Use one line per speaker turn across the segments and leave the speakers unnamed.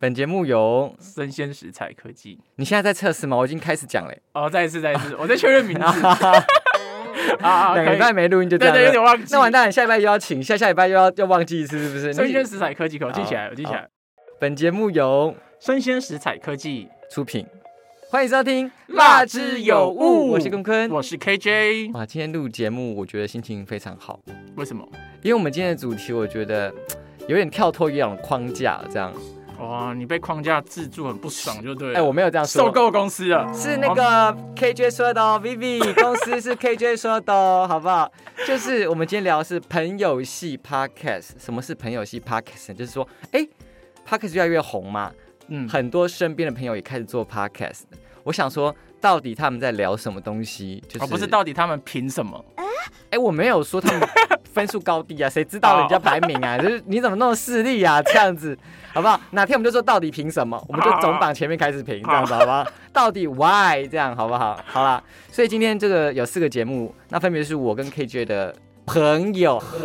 本节目由
生鲜食材科技。
你现在在测试吗？我已经开始讲嘞，
哦，再一次，再一次，我在确认 名字啊啊，
两
可
个
以
礼拜没录音就这
对
样
对，有
了。
点忘记。
那完蛋了，下礼拜又要请，下下礼拜又要要忘记一次，是不是？
生鲜
你
食材科技，我记起来，我记起来。
本节目由
生鲜食材科技，
出品，欢迎收听《
蜡之有物
我是坤坤。
我是 KJ。
哇，今天录节目，我觉得心情非常好，
为什么？
因为我们今天的主题，我觉得有点跳脱以往的框架，这样。
哇，你被框架制住，很不爽就对
哎、
了。
我没有这样说，
受够公司了。
是那个 KJ 说的哦，Vivi 公司是 KJ 说的哦，好不好？就是我们今天聊的是朋友系 Podcast，什么是朋友系 Podcast 呢？就是说，哎，Podcast 越来越红嘛，
嗯，
很多身边的朋友也开始做 Podcast。我想说，到底他们在聊什么东西？就是、
哦，不是，到底他们凭什么？
哎，我没有说他 们分数高低啊，谁知道人家排名啊？ 就是你怎么那么势利啊？这样子，好不好？哪天我们就说到底凭什么？我们就总榜前面开始评，这样子好不好？到底 why 这样好不好？好啦，所以今天这个有四个节目，那分别是我跟 KJ 的朋友，朋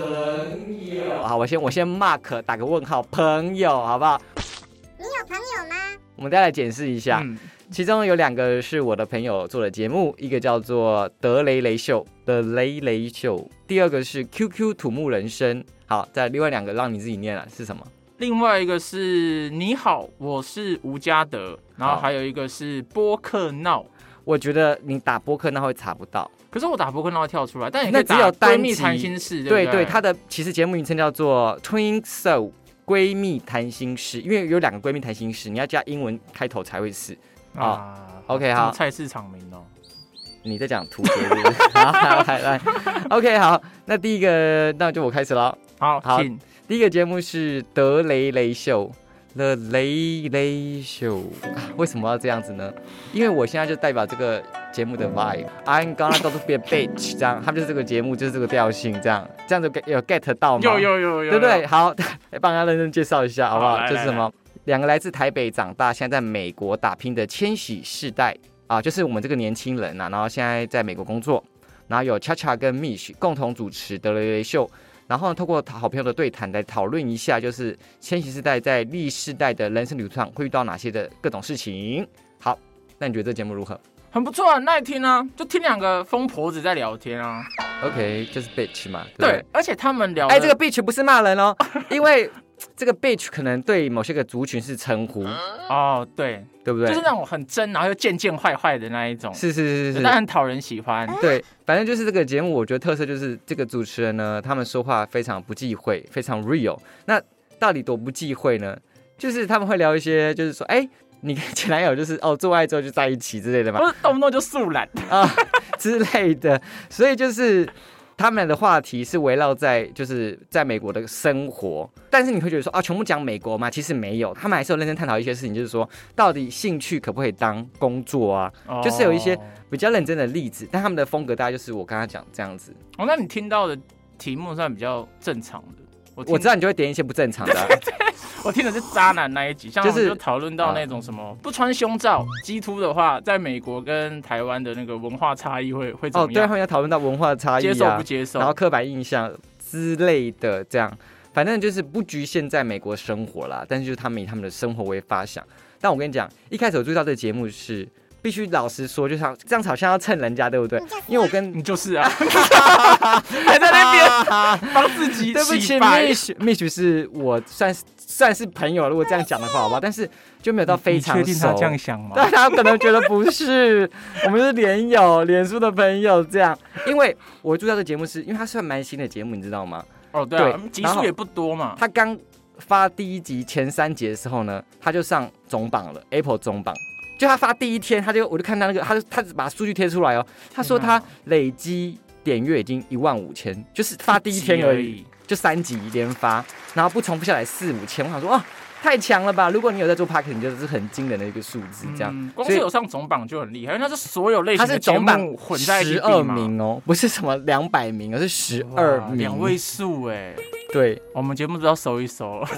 友，好，我先我先 mark 打个问号，朋友，好不好？
你有朋友吗？
我们再来检视一下，
嗯，
其中有两个是我的朋友做的节目，一个叫做德雷雷秀的雷雷秀，第二个是 QQ 土木人生。好，再另外两个让你自己念了啊是什么？
另外一个是你好，我是吴家德，然后
好
还有一个是播客闹。
我觉得你打播客那会查不到。
可是我打播客闹会跳出来，但也
那
可以
只有
打
单
闺蜜
集
谈心事，不
对
对，
它的其实节目名称叫做 Twin Soul 闺蜜谈心事，因为有两个闺蜜谈心事，你要加英文开头才会是。
啊
OK，
这么
好
菜市场名哦，
你在讲图解是不是？ 好，来来，OK，好，那第一个那就我开始了。
好，
好
请
第一个节目是德雷雷秀，The 雷雷秀。啊为什么要这样子呢？因为我现在就代表这个节目的 vibe。I'm gonna go to be a bitch，这样，他们就是这个节目就是这个调性，这样，这样就 get 有 get 到吗？
有有有有，
对不对？
有？
好， 来帮大家认真介绍一下，好不好？
好来
就是什么，两个来自台北长大，现在在美国打拼的千禧世代啊，就是我们这个年轻人呐、啊然后现在在美国工作，然后有恰恰跟 Mish 共同主持德雷雷秀。然后呢，透过好朋友的对谈来讨论一下，就是千禧世代在历世代的人生旅途上会遇到哪些的各种事情。好，那你觉得这节目如何
很不错啊，很耐听啊，就听两个疯婆子在聊天啊，
？OK，就是 bitch 嘛，对不对
对，而且他们聊，
哎，这个 bitch 不是骂人哦，因为这个 bitch 可能对某些个族群是称呼，
哦，对，
对不对？
就是那种很真，然后又贱贱坏坏的那一种，
是是嗯是是
但
是，
很讨人喜欢，
对，反正就是这个节目，我觉得特色就是这个主持人呢，他们说话非常不忌讳，非常 real。那到底多不忌讳呢？就是他们会聊一些，就是说，哎、你跟前男友就是哦，做爱之后就在一起之类的嘛
不，是动不动就素懒，
啊 之类的，所以就是。他们的话题是围绕在就是在美国的生活，但是你会觉得说啊，全部讲美国嘛？其实没有，他们还是有认真探讨一些事情，就是说到底兴趣可不可以当工作啊？就是有一些
哦
比较认真的例子，但他们的风格大概就是我刚刚讲这样子。
哦，那你听到的题目算比较正常的。我
我
我
知道你就会点一些不正常 的啊、
我听的是渣男那一集，像
就
我
是
们就讨论到那种什么不穿胸罩、基督的话，在美国跟台湾的那个文化差异会会怎
哦，
么
对，他
样？
们要讨论到文化差异
接受
啊
不，接受？
然后刻板印象之类的，这样，反正就是不局限在美国生活啦，但是就是他们以他们的生活为发想。但我跟你讲，一开始我注意到这个节目是必须老实说，就像这样子好像要蹭人家，对不对
你？在
因为我跟
你就是 啊，还在那边
边，
帮自 己
对不起
洗白
，Mish，Mish 是我算是算是朋友，如果这样讲的话，好吧，但是就没有到非常熟。
想吗
但他可能觉得不是，我们是连友、脸书的朋友这样。因为我注意到这节目是，因为它算蛮新的节目，你知道吗？
哦，对啊
对，
集
然后
数也不多嘛。
它刚发第一集前三集的时候呢，它就上总榜了，Apple 总榜。就它发第一天，他就我就看到那个，他就他只把数据贴出来哦。他说他累积点阅已经一万五千，就是发第一天而已，，就三集连发，然后不重复下来四五千。我想说哇，太强了吧！如果你有在做 p a c k i n g 就是很惊人的一个数字，这样。
嗯光
所
是
以
有上总榜就很厉害，因为它是所有类
他
型
是
的节
总榜
目混在一起
十
比
二
嘛。
名哦，不是什么两百名，而是十二
哇
名，
两位数哎，
对，
我们节目都要收一收。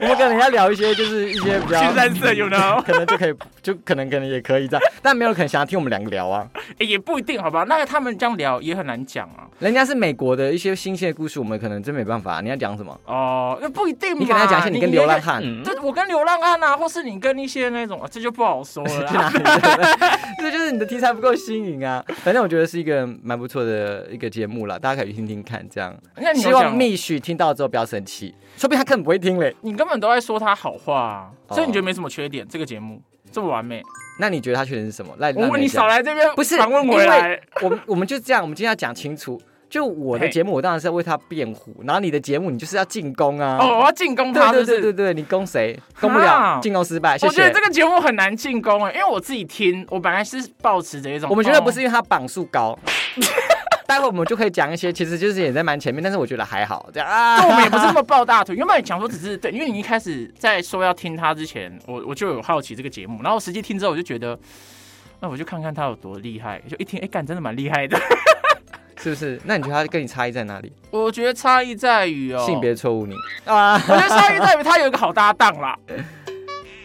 我们可能要聊一些就是一些比 较，
去三色，you know，
可能就可以，就可能可能也可以这样，但没有人可能想要听我们两个聊啊。
诶哎也不一定，好吧？那个他们这样聊也很难讲啊。
人家是美国的一些新鲜的故事，我们可能真没办法。你要讲什么？
哦，那不一定嘛。
你可能要讲一些你跟流浪汉
嗯，
对，我跟流浪汉啊，或是你跟一些那种，啊这就不好说 了
去
啦。
哪里？对不对这就是你的题材不够新颖啊。反正我觉得是一个蛮不错的一个节目啦，大家可以听听看。这样，
那你有
希望
讲
蜜许听到之后不要生气，说不定他根本不会听嘞。
你根本都在说他好话、啊，
哦
所以你觉得没什么缺点？这个节目这么完美，
那你觉得他缺点是什么？来，
我
让
问你
讲
少来这边
不是
反问回
因
来。
我们我们就这样，我们今天要讲清楚。就我的
嘿
节目，我当然是要为他辩护，然后你的节目，你就是要进攻啊。
哦，我要进攻
对
他，
对
就是
对对对，你攻谁？攻不了，
啊
进攻失败。谢
我觉
谢
得这。个节目很难进攻哎、因为我自己听，我本来是抱持着一种，
我们绝对不是
哦
因为他榜数高， 待会我们就可以讲一些，其实就是也在蛮前面，但是我觉得还好这样啊。
哦就我们也不是那么抱大腿，原本想说只是对，因为你一开始在说要听他之前，我我就有好奇这个节目，然后实际听之后我就觉得，那我就看看他有多厉害，就一听，哎、干真的蛮厉害的。
是不是？那你觉得他跟你差异在哪里？
我觉得差异在于哦，
性，别错 误你 啊？
我觉得差异在于他有一个好搭档啦，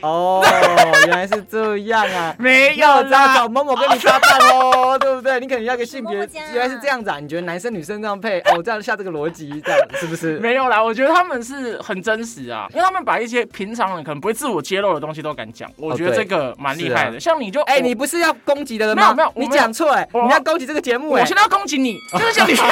哦，原来是这样啊。
没有
要我知道
啦，
找某某跟你搭档喽， 对不对？你可能要个性别，
什么不加啊
原来是这样子啊？你觉得男生女生这样配，哦，这样下这个逻辑，这样是不是？
没有啦，我觉得他们是很真实啊，因为他们把一些平常人可能不会自我揭露的东西都敢讲，我觉得
哦对
这个蛮厉害
是
的。像你就
哎、
我
你不是要攻击的人
没
吗？
有没有我没
你
有
讲错哎，
我
你要攻击这个节目哎、
我现在要攻 击你，就是像你说，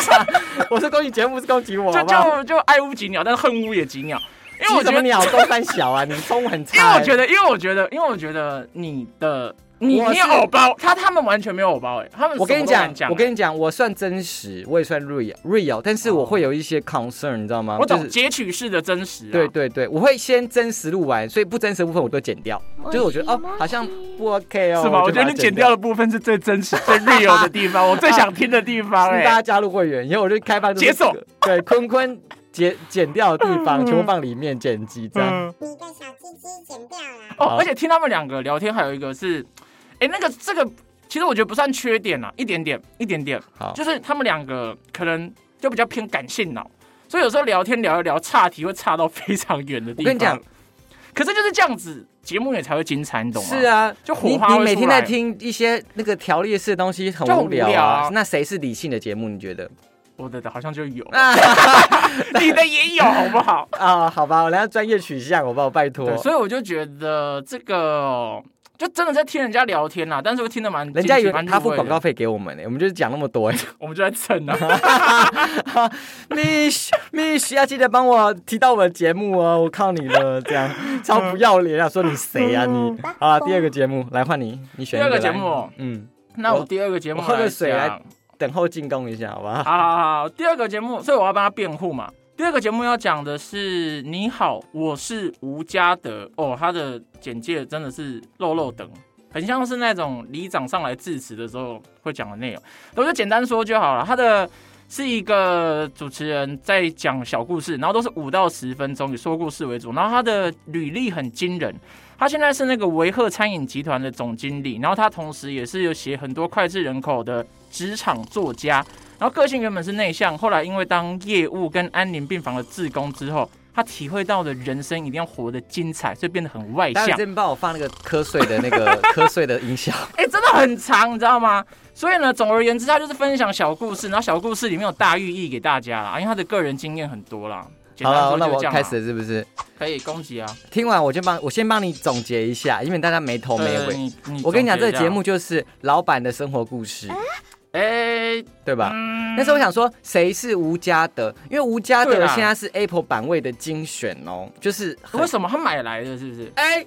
我是攻击节目，不是攻击我，
就
好不好
就就爱屋及鸟，但是恨屋也及鸟，因为我
急什
觉
么
得，因
鸟都三小啊，你中文很差、哎
为我觉
得，
得，因为我觉得，因为我觉得你的你
我
你有
是
偶包，他他们完全没有偶包哎、他们
我跟你
什么都
讲
敢讲，啊
我跟你讲，我算真实，我也算 real real，但是我会有一些 concern，你知道吗？
我
就
懂
是
截取式的真实、啊，
对对对，我会先真实录完，所以不真实的部分我都剪掉，就是我觉得哦，好像不 OK 哦，
是吗？我
我
觉得你剪掉
了。
的部分是最真实、最 real 的地方，我最想听的 地方
请
哎、
大家加入会员，以后我就开放就是
解锁
对坤坤剪剪掉的地方，全部放里面剪辑这样。
嗯
你的小鸡鸡剪掉了。
哦
好，
而且听他们两个聊天，还有一个是，哎、那个这个其实我觉得不算缺点啊啦，一点点，一点点，
好
就是他们两个可能就比较偏感性脑，所以有时候聊天聊一聊，岔题会岔到非常远的
我
地方。
跟你讲，
可是就是这样子，节目也才会精彩，你懂吗？
是，啊，
就火
你
花
你
会
每
出
天在
来
听一些那个条列式的东西，很
就很
无聊
无聊啊
那谁是理性的节目？你觉得？
我的哦好像就有，
啊
你的也有，好 不好？
啊，好吧，我来专业取向，好不好？拜托
对，。所以我就觉得这个。就真的在听人家聊天啊啦，但是会听得蛮
人家以
有
为他付广告，费给我们呢、我们就是讲那么多、欸。
我们就在蹭啊。
Miss Miss 要记得帮我提到我的节目哦，我靠你了，这样
嗯
超不要脸啊！说你谁啊你？好啦，第二个节目来换你，你选
第二
一
个
来
节目哦，
嗯，
那我
我
第二个节目
我喝个
来
水
讲
来等候进攻一下，好吧？
好好好，第二个节目，所以我要帮他辩护嘛。第二个节目要讲的是《你好，我是吴家德》哦，他的简介真的是肉肉等，很像是那种里长上来致辞的时候会讲的内容。那我就简单说就好了，他的。是一个主持人在讲小故事，然后都是五到十分钟，以说故事为主。然后他的履历很惊人，他现在是那个维赫餐饮集团的总经理，然后他同时也是有写很多脍炙人口的职场作家。然后个性原本是内向，后来因为当业务跟安宁病房的志工之后，他体会到的人生一定要活得精彩，所以变得很外
待
向
会。这边帮我放那个瞌睡的那 个瞌睡的音效。
哎、真的很长，你知道吗？所以呢，总而言之，他就是分享小故事，然后小故事里面有大寓意给大家啦，因为他的个人经验很多啦。简
好
单
了，
说
那
就是
我
这样啦啊
开，始了是不是？
可以攻击啊。
听完我就帮我先帮你总结一下，以免大家没头没
呃
尾。
你你
我跟你讲，这
总
个
结
节目就是老板的生活故事，
一下，哎、
对吧？
嗯
啊那时候我想说，谁是吴家德？因为吴家
对
德
啦
现在是 Apple 版位的精选哦，就是很
为什么他买来的？是不是？
哎，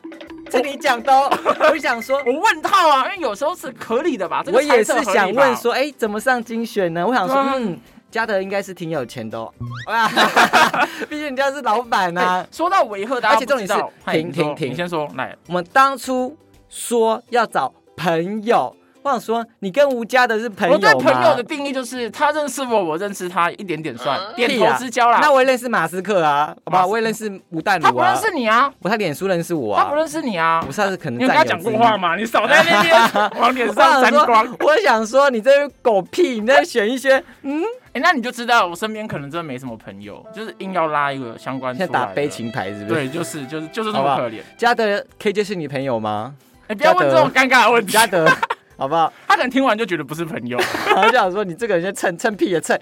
这你讲 的哦，我就想说，
我问套啊，因为有时候是合理的吧。这个
我也是
猜测合理吧
想问，说，哎，怎么上精选呢？我想说，
对啊
嗯，嘉德应该是挺有钱的 哦，哇，毕竟人家是老板啊
哎
呐。
说到维赫，大家
而且重点是
不知道嗨
停
你说
停停
你先说来。
我们当初说要找朋友我想说，你跟吴家的是朋友
我对
吗？
朋友的定义就是他认识我，我认识他，一点点算，点
屁
头
啊
之交啦。
那我也认识马斯克啊，好
马
吧，
斯
我也认识吴淡如
他
啊。
不认识你啊，
我他脸书认识我
他
啊
不。认识你啊
我。上次可能
你有跟他
占
讲
有之
过话
一？
吗？你少在那 边往脸上沾光。
我想说，我想说你这狗屁，你在选一些
哎、那你就知道我身边可能真的没什么朋友，就是硬要拉一个相关出
现在
来。
打悲。情牌，是不是？
对，就是就是就是这
好
么
不
可
好
怜。
嘉德 KJ 是你朋友吗？
哎、不要问这种尴尬的问题。
嘉德， 好不好？
他可能听完就觉得不是朋友。
我想说你这个人就 蹭蹭屁也蹭。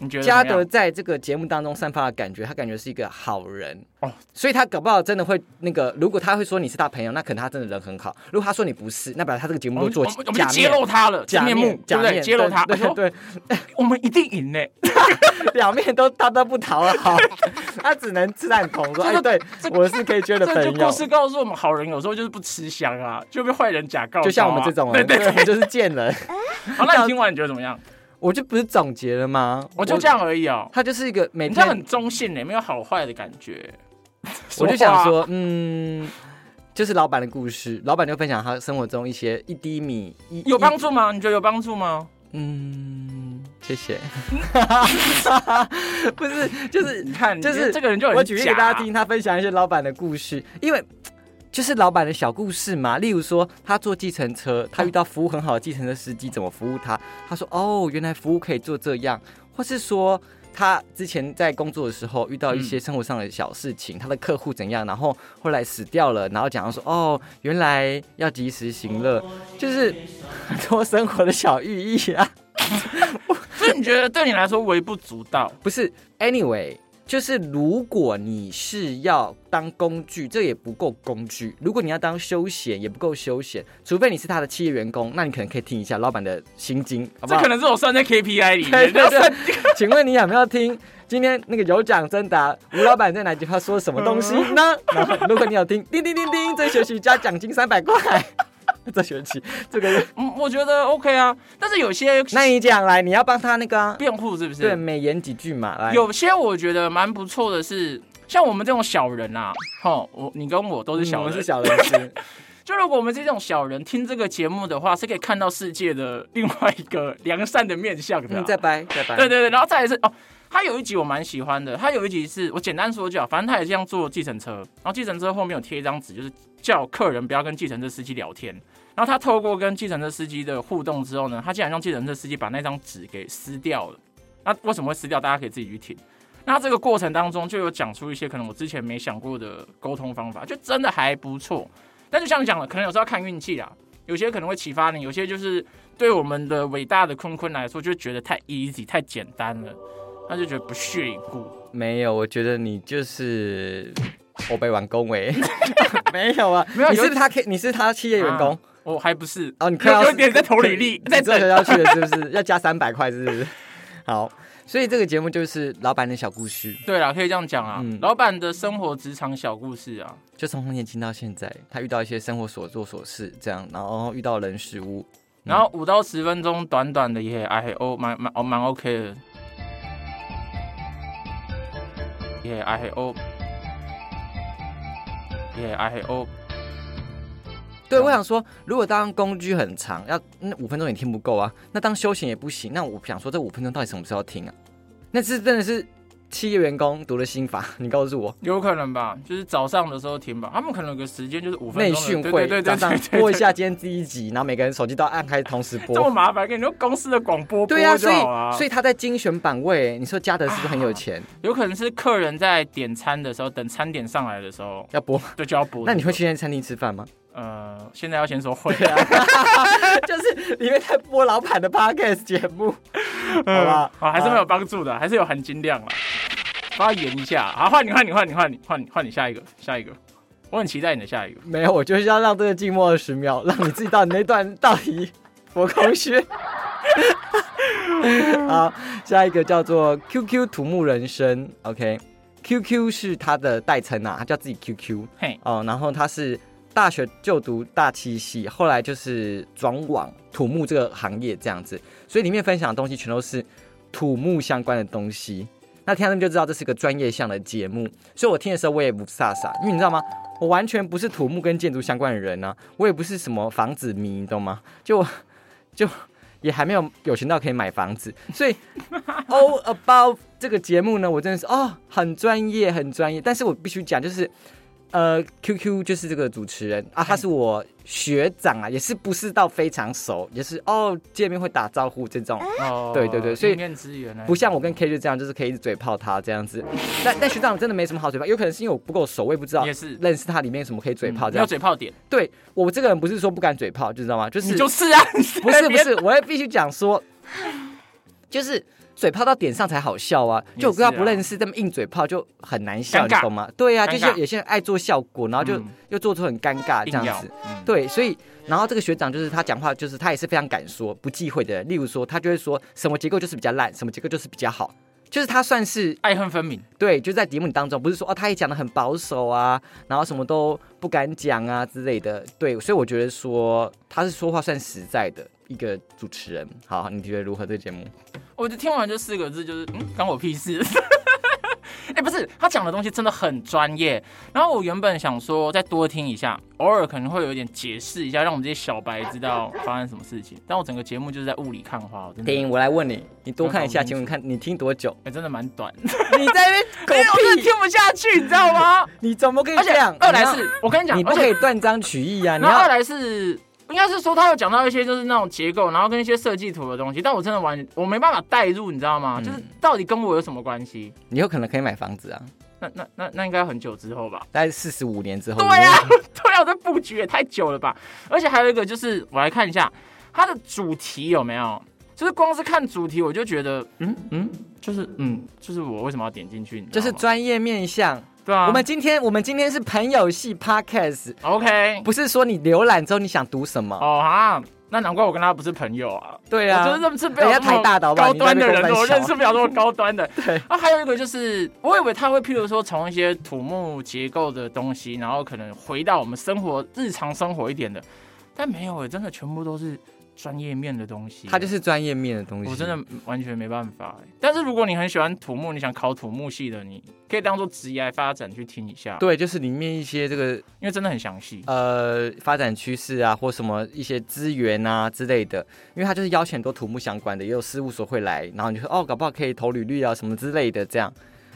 你觉得怎么
嘉
样？
德在这个节目当中散发的感觉，他感觉是一个好人
哦
哦，所以他搞不好真的会那个。如果他会说你是他朋友，那可能他真的人很好；如果他说你不是，那表示他这个节目
我
都
们
做
我们我们就
假
揭
面。
露他了，真
假
面目，对
假
不
面
对？揭露他，我
对
说
对，
我们一定赢 呢。
对两面都他都不讨好，他只能吃烂桶 说：“
这
哎，
个
对
这，个
我是 KJ 的
这
朋
就
友
故。事告诉我们，好人有时候就是不吃香啊，就被坏人假告、”啊。
就像我们这种
对
人，
对
我们就是贱人。
对。好，那你听完你觉得怎么样？
我就不是总结了吗？
我就这样而已哦
我，。他就是一个每
你这样
天，
很中性呢，没有好坏的感觉。
我就
话
想
啊，
说，嗯，就是老板的故事，老板就分享他生活中一些一滴米，一
有
一
帮助吗？你觉得有帮助吗？
嗯，谢 谢。 不是，就是
你看，
就是
你这个人就很
我举例给
假
大家听，他分享一些老板的故事，因为。就是老板的小故事嘛，例如说他坐计程车，他遇到服务很好的计程车司机怎么服务他，他说哦，原来服务可以做这样，或是说他之前在工作的时候遇到一些生活上的小事情，他的客户怎样，然后后来死掉了，然后讲到说哦，原来要及时行乐，就是很多生活的小寓意啊。
所以你觉得对你来说微不足道？
不是，anyway，就是如果你是要当工具，这也不够工具；如果你要当休闲，也不够休闲。除非你是他的企业员工，那你可能可以听一下老板的心经，好不
这
好
可？能是我算在 KPI 里
对
面。
对 对，请问你想不要听今天那个有奖征答？吴老板在哪句话说什么东西呢？然后如果你有听，叮叮叮叮，这学期加奖金三百块。 这学期这个月
嗯，我觉得 OK 啊，但是有些
那你讲来，你要帮他那个啊、
辩护是不是？
对美言几句嘛，来
有些我觉得蛮不错的是，像我们这种小人啊，吼，我你跟我都是
嗯
小
我
人，
是小人 师。
就如果我们这种小人听这个节目的话，是可以看到世界的另外一个良善的面相的啊、
嗯，再掰再掰。
对对对，然后再来是哦，他有一集我蛮喜欢的，他有一集是我简单说就好，反正他也这样坐计程车，然后计程车后面有贴一张纸，就是叫客人不要跟计程车司机聊天。然后他透过跟计程车司机的互动之后呢，他竟然让计程车司机把那张纸给撕掉了。那为什么会撕掉？大家可以自己去听。那这个过程当中就有讲出一些可能我之前没想过的沟通方法，就真的还不错。但就像你讲了，可能有时候要看运气啦，有些可能会启发你，有些就是对我们的伟大的坤坤来说，就觉得太 easy 太简单了，他就觉得不屑一顾。
没有，我觉得你就是我被玩恭 维，没有啊，
没有
你是
有
不是他 K？你是他企业员工？
啊我还不是
哦，你快
有
要
有点在投履历，在
你这
等
学校去了，是不是要加三百块？是不是？好，所以这个节目就是老板的小故事，
对啦，可以这样讲啊。
嗯
老板的生活职场小故事啊，
就从童年轻到现在，他遇到一些生活所做所事，这样，然后遇到人事物，
然后五到十分钟，短短的也还 O 蛮蛮哦蛮 OK 的，也还 O，也还 O。
对，
嗯
我想说，如果当工具很长，要那五分钟也听不够啊，那当休闲也不行。那我想说，这五分钟到底什么时候听啊？那是真的是企业员工读的心法，你告诉我，
有可能吧，就是早上的时候听吧，他们可能有个时间就是五分
内
钟的
训
对
会
对
早
对对
上
对对，
播一下今天第一集，然后每个人手机都要按开同时
这么
播。
麻烦，跟你说公司的广播播
对
就
啊，
好
所
啊。
以所以他在精选版位，你说嘉德是不是很有钱？
有可能是客人在点餐的时候，等餐点上来的 时候，
要播吗？
对就要播。
那你会？去那啊餐厅吃饭 吗？
呃，现在要先说会，
就是里面在播老板的 podcast 节目，好吧？
好，哦还是没有帮助的，还是有含金量啊。发言一下，好，换你，换你，换你，换你，换你，换你下一个，下一个，我很期待你的下一个。
没有，我就是要让这个静默二十秒，让你自己到你那段到底多空虚。 好，下一个叫做 QQ 土木人生，OK。QQ 是他的代称啊，他叫自己 QQ
嘿，
哦。然后他是大学就读大七系，后来就是转往土木这个行业这样子，所以里面分享的东西全都是土木相关的东西。那听他们就知道这是个专业向的节目，所以我听的时候我也不飒飒，因为你知道吗？我完全不是土木跟建筑相关的人呢、啊，我也不是什么房子迷，你懂吗？就我 就也还没有有钱到可以买房子， 所以 all about 这个节目呢，我真的是哦，很专业，很专业。但是我必须讲，就是呃，QQ 就是这个主持人
嗯
啊，他是我学长啊，也是不是到非常熟，也是哦见面会打招呼这种。
哦
对对对所以
面资源啊呢
不像我跟 K 就这样，就是可以一直嘴炮他这样 子。但但学长真的没什么好嘴炮，有可能是因为我不够熟，我也不知道
也是
认识他里面有什么可以嘴炮这
嗯没有
样。
嘴炮点，
对我这个人不是说不敢嘴炮，就知道吗？就是
你就是啊，
不是不是，我也必须讲说， 就是嘴炮到点上才好笑啊。
也
就我跟他
是
不
啊
认识，这么硬嘴炮就很难笑，
尴
你
尬
懂吗？对呀、啊，
尴
就
尬
是有些人爱做效果，然后就、
嗯
又做出很尴尬这
硬
样
要
子。，
嗯，
对，所以然后这个学长就是他讲话，就是他也是非常敢说，不忌讳的人。例如说，他就会说什么结构就是比较烂，什么结构就是比较好，就是他算是
爱恨分明，
对，就在节目当中，不是说哦，他也讲的很保守啊，然后什么都不敢讲啊之类的。对，所以我觉得说他是说话算实在的一个主持人。好，你觉得如何？这个节目？
我就听完就四个字，就是嗯，关我屁事。 哎、不是，他讲的东西真的很专业。然后我原本想说再多听一下，偶尔可能会有一点解释一下，让我们这些小白知道发生什么事情。但我整个节目就是在雾里看花，我真的，哎、
丁，我来问你，你多看一下，
嗯
请问看你听多久？
真的蛮短，
你在那边狗
哎我真的
屁！
听不下去，你知道吗？
你怎么可以
而
这
且
样？
二来
你
是，我跟你
要
讲，
你不
而且
可以断章取义啊！你
然后二
要
来是，应该是说他有讲到一些就是那种结构，然后跟一些设计图的东西，但我真的完我没办法代入，你知道吗？
嗯
就是到底跟我有什么关系？
你有可能可以买房子啊，
那那那那应该很久之后吧？
大概四十五年之后。
对呀、啊， 对呀、啊，我这布局也太久了吧？而且还有一个就是，我来看一下它的主题有没有，就是光是看主题我就觉得，嗯嗯，就是嗯，就是我为什么要点进去？你知
就
道
是
吗
专业面向。
对啊，
我们今天我们今天是朋友系 podcast，
OK
不是说你浏览之后你想读什么。
哦哈。那难怪我跟他不是朋友啊！
对啊，
我真的认识不了
人家台大的好不好
高端的
你在那边
人，
跟我
我
分享
认识不了这么高端的。
对
啊，还有一个就是，我以为他会，譬如说从一些土木结构的东西，然后可能回到我们生活日常生活一点的，但没有哎、真的全部都是专业面的东西。
它就是专业面的东西。
我真的完全没办法欸、但是如果你很喜欢土木，你想考土木系的，你可以当做职业来发展去听一下，，
对，就是里面一些这个
因为真的很详细。
呃发展趋势啊，或什么一些资源啊之类的，因为它就是邀请很多土木相关的，也有事务所会来，然后你就说哦，搞不好可以投履历啊什么之类的这样。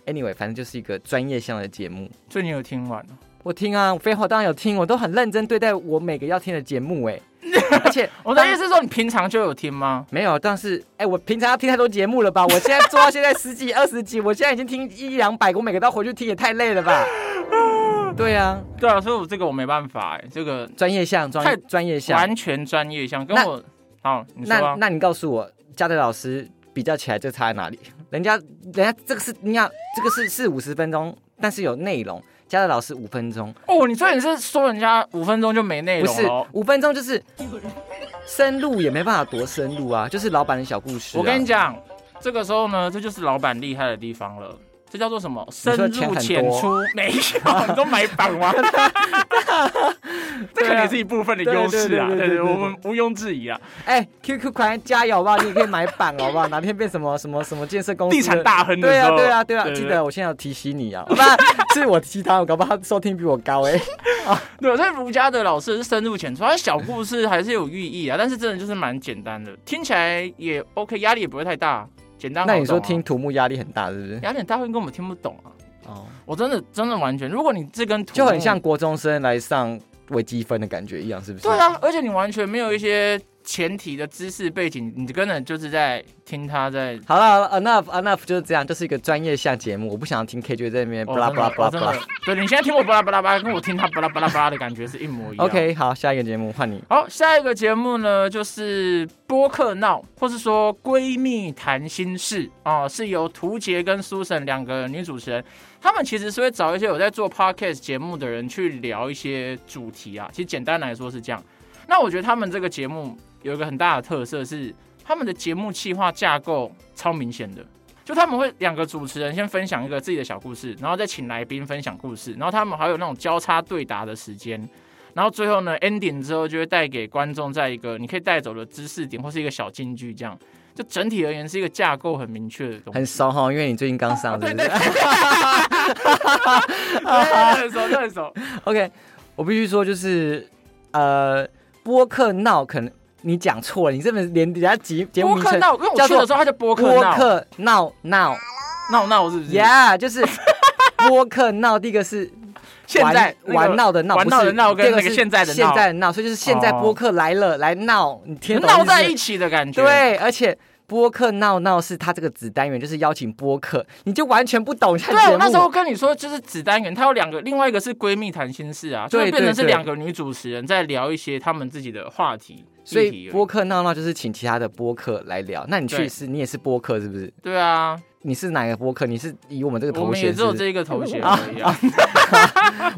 Anyway，反正就是一个专业向的节目。
所以你有听完哦？
我听啊，废话当然有听，我都很认真对待我每个要听的节目 哎、而且
我的意思是说，你平常就有听吗？
没有，但是哎、我平常要听太多节目了吧？我现在做到现在十几、二十集，我现在已经听一两百个，我每个都要回去听，也太累了 吧？对啊，
对啊，所以我这个我没办法、欸，这个
专业项，
太
专专业项。
完全专业项，跟
那
我好，你说
那
啊，
那你告诉我，嘉德老师比较起来，这差在哪里？ 人家人家这个是你看，这个是是五十分钟，但是有内容。嘉德老师五分钟，
哦，你这也是说人家五分钟就没内
不
容
是
了。
五分钟就是深入也没办法多深入啊，就是老板的小故事啊、
我跟你讲，这个时候呢，这就是老板厉害的地方了。这叫做什么？深
说钱
入
很
浅
多
出，没有，你都买榜吗？
啊
这可能也是一部分的优势啊，
对对对对
对对，
对
我们毋庸置疑啊。
哎、q q 快加油好不好？你也可以买版好不好？哪天变什么什么什么建设公司
地
的、
产大亨的
对
时
啊
候，
对啊对啊！
对对
记得我现在要提醒你啊， 不然是我提他，我搞不好他收听比我高哎、
对，所以儒家的老师是深入浅出，他小故事还是有寓意啊，但是真的就是蛮简单的，听起来也 OK，压力也不会太大，简单好懂啊。
那你说听土木压力很大是不是？
压力很大会跟我们听不懂啊？
哦，
我真的真的完全，如果你这跟土木
就很像国中生来上微积分的感觉一样，是不是？
哦对啊，而且你完全没有一些前提的知识背景，你根本就是在听他在。
好了好了，enough enough 就是这样，就是一个专业项节目，我不想听 K 就在那边巴拉巴拉巴
哦
拉
真
巴
的哦真
拉
的。对你现在听我巴拉巴拉巴拉，跟我听他巴拉巴拉巴拉的感觉是一模一样。
OK，好，下一个节目换你。
好，下一个节目呢，就是播客闹，或是说闺蜜谈心事啊、是由涂杰跟苏沈两个女主持人，她们其实是会找一些有在做 podcast 节目的人去聊一些主题啊。其实简单来说是这样。那我觉得他们这个节目有一个很大的特色是，他们的节目企划架构超明显的。就他们会两个主持人先分享一个自己的小故事，然后再请来宾分享故事，然后他们还有那种交叉对答的时间，然后最后呢，ending 之后就会带给观众在一个你可以带走的知识点或是一个小金句，这样就整体而言是一个架构很明确的东西。
很熟哈，因为你最近刚上，是
对
不
对
是
对， 对很熟，很熟。
？OK，我必须说就是，呃，播客闹可能你讲错了，你这本连人家节节目
播
名
客
称
闹，因为我
叫
去的
做
时候他就播客
播
闹
客闹闹
闹闹是不是？
，Yeah，就是 播客闹。第一个是
现在
玩玩闹的闹，
玩
不
闹
是
的闹
第
跟
二
那
是
个现在的
现
闹
在的闹，所以就是现在
哦
播客来了来闹，你听懂
闹
意思
在一起的感觉。，
对，而且播客闹闹是他这个子单元，就是邀请播客，你就完全不懂他
对啊
节
我
目。
那时候跟你说，就是子单元，它有两个，另外一个是闺蜜谈心事啊，就是
对
变成是
对对
两个女主持人在聊一些她们自己的话题。
所
议题
以
而已
播客闹闹就是请其他的播客来聊。那你去
对
是，你也是播客是不是？
对啊，
你是哪个播客？你是以我们这个
我
头
们
衔
也
是
只有
不是
这一个头衔而已啊。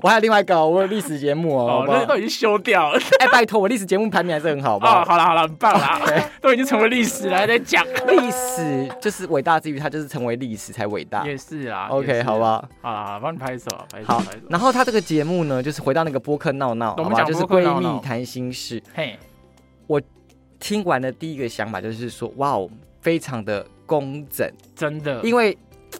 我还有另外一个哦，我有历史节目哦。好
哦，
不好
那都已经修掉了。
哎，拜托，我历史节目排名还是很好，好不 好？
哦，好了好了，很棒 啦，都已经成为历史了，还在讲。
历史就是伟大之余，它就是成为历史才伟大。
也是啊
OK，好不
吧，
好？
好啦好啦，帮你拍手，拍手，
好
拍手。
然后他这个节目呢，就是回到那个播客闹闹，
我
好
们
吧？
讲
就是
播客
闺
闹闹
蜜谈心事。
嘿，
听完的第一个想法就是说，哇哦，非常的工整，
真的，
因为嘖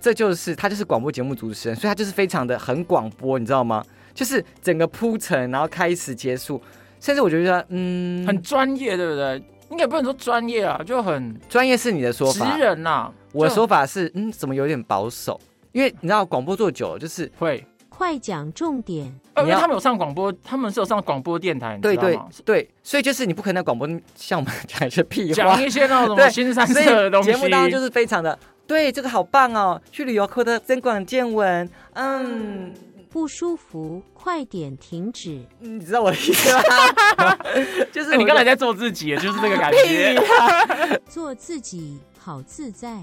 这就是他就是广播节目主持人，所以他就是非常的很广播，你知道吗？就是整个铺陈，然后开始结束，甚至我觉得，嗯，
很专业，对不对？应该不能说专业啊，就很
专业是你的说
直
法，
人呐。
我的
就
说法是，嗯，怎么有点保守？因为你知道广播做久了，就是
会，
快讲重点。
呃
你
因为
要
他们有上广播，他们是有上广播电台，你
对
知道
对
吗？
对，所以就是你不可能在广播像我们讲一些屁话
讲，一些那
啊
种
对
新三
所
色的东
以
西，
节目当中就是非常的，对，这个好棒哦，去旅游获得增广见闻，嗯。
不舒服，快点停止！
你知道我的意思 吗？就是
哎
我
你刚才
觉得
在做自己，就是这个感
屁
觉。
做自己，好自在。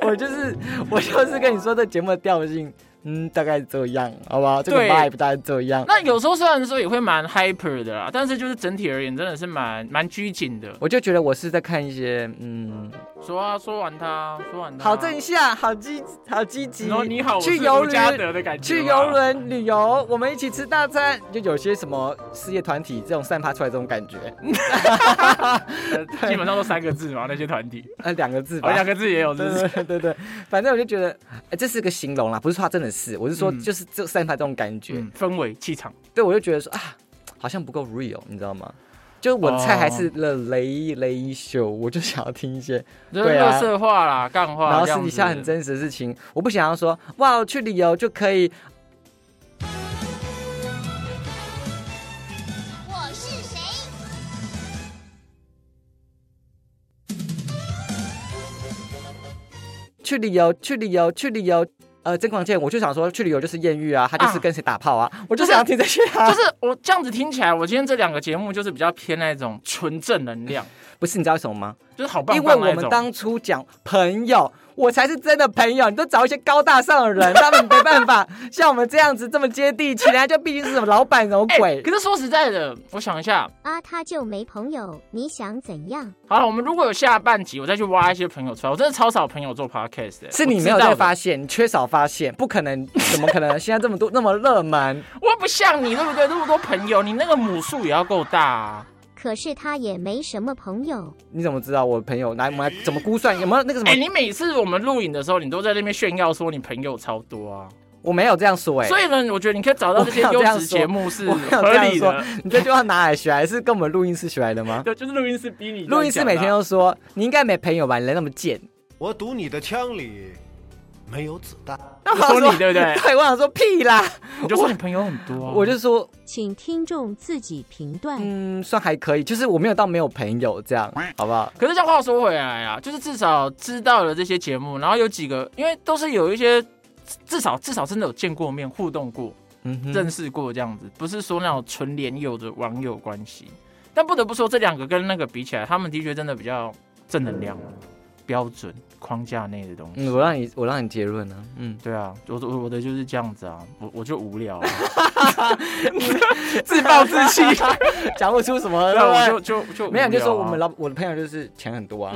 我就是我就是跟你说这节目的调性，嗯，大概这样，好不好？这个
对
vibe 大概这样。
那有时候虽然说也会蛮 hyper 的啦，但是就是整体而言真的是蛮蛮拘谨的。
我就觉得我是在看一些，嗯，
说啊，说完他，说完他，
好正向，好积，好积极。
然后你好，我
去
是
游
吴嘉
轮，
德的感觉，
去游。 轮旅
啊
游，我们一起吃大餐，就有些什么事业团体这种散发出来这种感觉，
呃基本上都三个字嘛，那些团体，
呃，两个字
哦，
吧
两。个字也有，是不是？
对对对对，反正我就觉得，哎，这是个形容啦，不是说它真的是，我是说
嗯
就是这散发这种感觉。
嗯氛围、气场，
对，我就觉得说啊，好像不够 real，你知道吗？就是我的菜还
哦
是了雷雷秀，我就想要听一些，
就是
对啊
热色话啦、干话，
然后
这样
私
子
底下很。真实的事情，我不想要说哇，去旅游就可以，
我是谁？
去旅游，去旅游，去旅游。呃，曾广健，我就想说去旅游就是艳遇啊，他就是
啊
跟谁打炮啊，我就想要听这些啊。
就是我这样子听起来，我今天这两个节目就是比较偏那种纯正能量，
不是你知道为什么吗？
就是好棒
因为
棒那
我
一
们
种。
当初讲朋友，我才是真的朋友，你都找一些高大上的人， 他们没办法像我们这样子这么接地气，人家就毕竟是什么老板什么
哎
鬼。
可是说实在的，我想一下，
啊，他就没朋友，你想怎样？
好了，我们如果有下半集，我再去挖一些朋友出来。我真的超少朋友做 podcast，的、
是你没有在发现，你缺少发现，不可能，怎么可能？现在这么多那么热门，
我又不像你，对不对？那么多朋友，你那个母数也要够大、啊。
可是他也没什么朋友。
你怎么知道我朋友？来，我们来怎么估算有没有那个什么？
哎、你每次我们录影的时候，你都在那边炫耀说你朋友超多啊。
我没有这样说、哎，
所以呢，我觉得你可以找到这些
我没有
优
这样
质
说
节目是
我没有
合
这样
理
说
的。。
你这句话哪里学来？是跟我们录音室学来的吗？
对，就是录音师逼你这样讲的啊。
录音师每天都说
啊
你应该没朋友吧？你人那么 贱，
我赌你的枪里没有子弹。
那
说你对不 对
对，我想说屁啦，
你就说你朋友很多、啊，
我就说
请听众自己评断。
嗯，算还可以，就是我没有到没有朋友这样，
嗯
好不好？
可是这样话说回来啊，就是至少知道了这些节目，然后有几个，因为都是有一些至少至少真的有见过面、互动过、
嗯哼，
认识过这样子，不是说那种纯连友的网友关系。但不得不说，这两个跟那个比起来，他们的确真的比较正能量、标准框架内的东西。
嗯，我让你我让你结论呢、嗯，
对啊，我我我的就是这样子啊，我我就无 聊、啊，
自暴自弃， 讲不出什么，
对
对
啊，
不对
我就就就无
没有，就
聊啊嗯
说我们老我的朋友就是钱很多啊，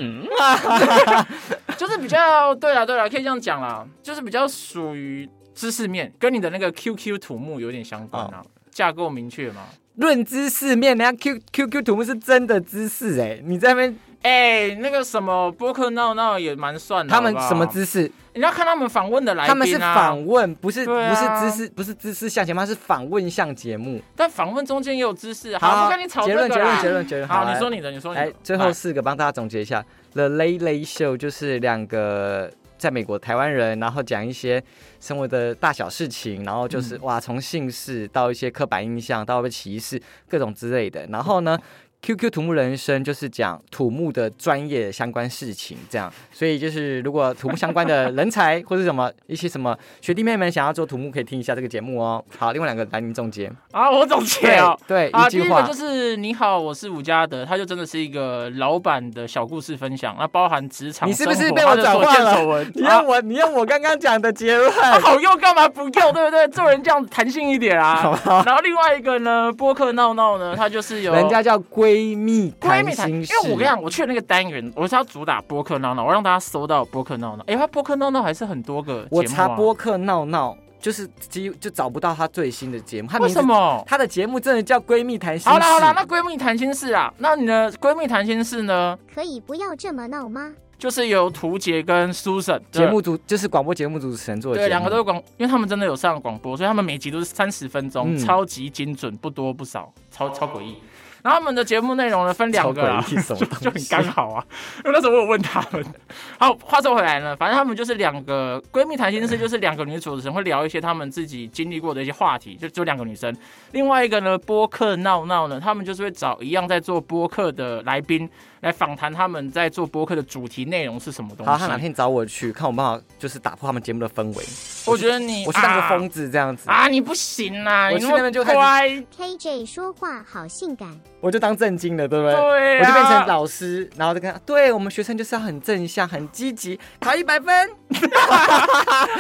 就是比较对啊啦，对啦，可以这样讲啦，就是比较属于知识面，跟你的那个 QQ 土木有点相关
哦
啊，架构明确嘛。
论知识面，人家 Q Q Q 土木是真的知识哎、你在那边
嗯哎、那个什么播客闹闹也蛮算的，
他们
好不好
什么？知识？
你要看他们访问的来宾、啊，
他们是访问，不是、
对
不
啊
是知识，不是知识向节目，他是访问向节目。
但访问中间也有知识啊。好，不跟你吵
结
这
论，
个
结论，
啦
结。论，结论。
好，
来
你说你的，你说你
来
的。，
最
来
后四个帮大家总结一下，《The Late Late Show》就是两个在美国台湾人，然后讲一些生活的大小事情，然后就是、
嗯
哇，从姓氏到一些刻板印象，到被歧视各种之类的。然后
嗯
呢，QQ 土木人生就是讲土木的专业相关事情，这样。所以就是如果土木相关的人才或者什么一些什么学弟妹们想要做土木，可以听一下这个节目哦。好，另外两个来您总结，
啊，我总结哦。
对，对
啊，
一
第一
句
个
话，
就是你好，我是伍家德，他就真的是一个老板的小故事分享，那包含职场
你
生
是
活，
不是被我
他的所
转化
见
了
所闻
你
啊
用我，你用我刚刚讲的结论。
好用干嘛不用，对不对？做人这样弹性 一点啊。然后另外一个呢，播客闹闹呢，他就是有
人家叫闺蜜
闺蜜谈，
心
因
事。
为我跟你讲，我去那个单元，我是要主打播客闹闹，我让大家搜到播客闹闹。哎，他播客闹闹还是很多个节目、啊，
我查播客闹闹，就是几乎就找不到她最新的节目。她
为
名字
什？么？
她的节目真的叫闺蜜谈心
好
事。
啦好啦，那闺蜜谈心事啊，那你的闺蜜谈心事呢，
可以不要这么闹吗？
就是由图杰跟 Susan
节目主就是广播节目主持人做的节目。
对，两个都是广，因为他们真的有上广播，所以他们每集都是三十分钟，
嗯
超级精准，不多不少，超超诡异。然后他们的节目内容呢分两个啊啦
超诡异什么
就
东西
就很刚好啊。 因为那时候我有问他们。 好，话说回来呢，反正他们就是两个闺蜜谈心事，就是两个女主持人会聊一些她们自己经历过的一些话题，就只有两个女生。另外一个呢，播客闹闹呢，他们就是会找一样在做播客的来宾来访谈他们在做播客的主题内容是什么东西。
好，她哪天找我去看，我办法就是打破他们节目的氛围。
我觉得你
我去当个
啊
疯子这样子，
啊，你不行啦！
我
你
去
么
那边就开始
乖，
KJ 说话好性感，
我就当正经的，对不对？
对
我就变
啊
成老师，然后就跟他，对我们学生就是要很正向、很积极，考一百分。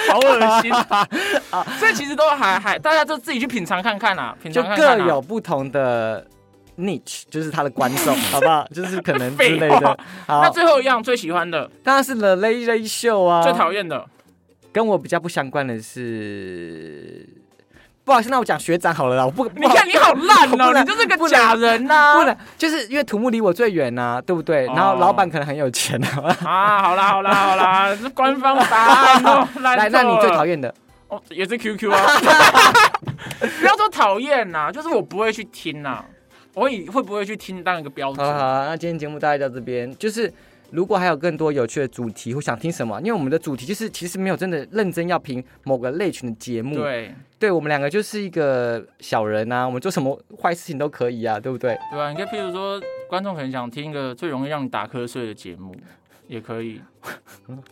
好恶 心啊！这其实都还还，大家就自己去品尝看看啦，品
就
尝看啊
各
看啦
有不同的 niche，就是他的观众，好 不好？就是可能之
废
类
话
的。
那
好，
最后一样最喜欢的、
当然是 The Late Late Show 啊。
最讨厌的，
跟我比较不相关的是，不好意思，那我讲学长好了啦。我不，
你看你好烂
不
哦，
能
你就是
不
个
能
假人啊呐、
不能，就是因为土木离我最远呐、对不对？
哦
然后老板可能很有 钱啊。
啊！好啦好啦好 啦，是官方答案哦，烂
来，
透
那你最
了
讨厌的
哦，也是 QQ 啊。不要说讨厌呐，就是我不会去听呐、我以会不会去听当一个标
好了好
准。
了，那今天节目大概到这边，就是。如果还有更多有趣的主题或想听什么，因为我们的主题就是其实没有真的认真要评某个类群的节目，
对
对我们两个就是一个小人啊，我们做什么坏事情都可以啊，对不对？
对啊，你可以譬如说，观众可能想听一个最容易让你打瞌睡的节目，也可以。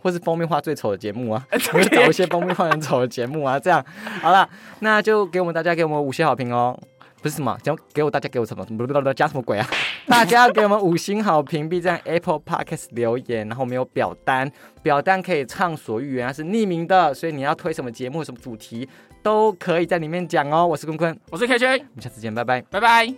或是封面画最丑的节目啊，
这
我
个
们
也
就找一些封面画很丑的节目啊，这样好了，那就给我们大家给我们五星好评哦。不是什么，讲给我大家给我什么？不不不不，加什么鬼啊？ 大家要给我们五星好评，B 站 Apple Podcast 留言，然后我们有表单，表单可以畅所欲言，它是匿名的，所以你要推什么节目、什么主题都可以在里面讲哦。我是坤坤，
我是 KJ，
我们下次见，拜拜。
拜拜。